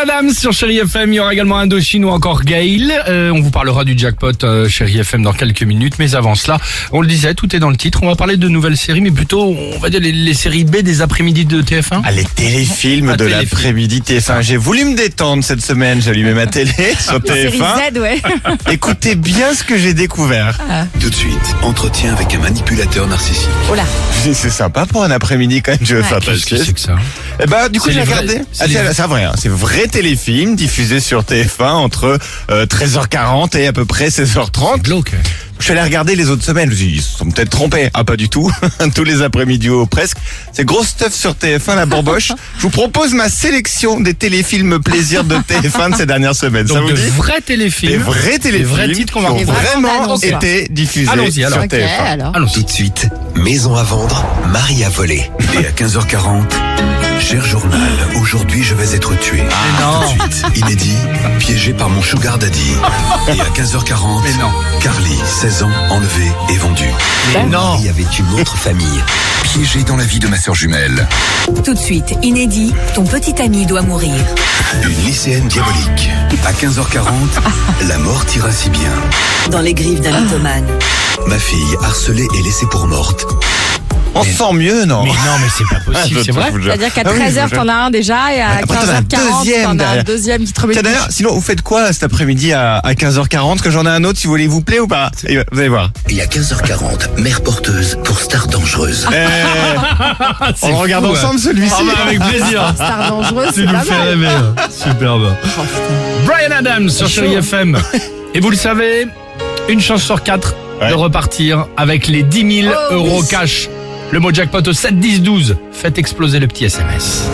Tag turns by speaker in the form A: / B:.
A: Adams sur Chéri FM. Il y aura également Indochine ou encore Gail. Euh, on vous parlera du jackpot euh, Chéri FM dans quelques minutes. Mais avant cela, on le disait, tout est dans le titre. On va parler de nouvelles séries, mais plutôt, on va dire les, les séries B des après-midi de TF1.
B: Ah, les téléfilms
A: Ah,
B: de
A: téléfilms.
B: l'après-midi TF1. J'ai voulu me détendre cette semaine. J'ai allumé ma télé sur
C: Série
B: TF1.
C: Z, ouais.
B: Écoutez bien ce que j'ai découvert.
A: Ah.
D: Tout de suite, entretien avec un manipulateur narcissique.
C: Oh là.
B: C'est sympa pour un après-midi quand même. Je veux
C: Ouais.
B: faire
A: Qu'est-ce Ah, que c'est que ça
B: Eh ben, du coup,
A: C'est
B: j'ai
A: les vrais-
B: regardé.
A: c'est
B: Ah,
A: les
B: C'est
A: vrais-
B: c'est un vrai, hein. c'est vrai téléfilm diffusé sur TF1 entre euh, 13h40 et à peu près 16h30.
A: Glauque.
B: Je suis allé regarder les autres semaines. Je me suis dit, ils se sont peut-être trompés. Ah, pas du tout. Tous les après-midi ou presque. C'est gros stuff sur TF1, la bourboche. Je vous propose ma sélection des téléfilms plaisir de TF1 de ces dernières semaines. Ça
A: Donc
B: vous
A: de
B: dit
A: vrais téléfilms.
B: Les vrais téléfilms
A: vrais titres qu'on va
B: qui ont
C: retrouver.
B: vraiment
C: Annonce, quoi.
B: été diffusés
A: Allons-y, alors.
B: sur
C: Ok,
B: TF1.
C: alors.
A: Allons-y.
D: Tout de suite, maison à vendre, mari à voler. Et à 15h40, cher journal, aujourd'hui je vais être tué.
A: Ah non.
D: Tout de suite, inédit, piégé par mon sugar daddy. Et à 15h40,
A: Mais non.
D: Carly, 16 ans, enlevée et vendue.
A: Mais non.
D: Marie avait une autre famille, piégée dans la vie de ma sœur jumelle.
E: Tout de suite, inédit, ton petit ami doit mourir.
D: Une lycéenne diabolique. À 15h40, la mort tira si bien.
E: Dans les griffes d'un mythomane.
D: Ma fille, harcelée et laissée pour morte.
B: On se sent mieux, non
A: Mais non, mais c'est pas
B: Ah,
A: possible,
B: je
A: c'est
B: te
A: vrai.
B: fous de jeu.
C: C'est-à-dire qu'à
B: Ah oui,
C: 13h,
B: je-
C: t'en as un déjà, et à
B: Après, t'en as un
C: 15h40,
B: deuxième
C: t'en as un
B: derrière.
C: deuxième qui te remet
B: Tiens,
C: le
B: D'ailleurs,
C: bouche.
B: sinon, vous faites quoi cet après-midi à, à 15h40 Que j'en ai un autre si vous voulez vous plaît ou pas Et Vous allez voir.
D: Et à 15h40, mère porteuse pour star dangereuse.
B: Eh, on le regarde ensemble celui-ci.
A: Ah bah, avec plaisir.
C: Star dangereuse,
A: Tu
C: c'est
A: nous
C: pas
A: fais
C: mal.
A: rêver. hein. Superbe. Brian Adams sur Chéri FM. Et vous le savez, une chance sur quatre
B: Ouais.
A: de repartir avec les 10 000
C: Oh,
A: euros
C: oui.
A: cash. Le mot jackpot au 7 10 12. Faites exploser le petit SMS.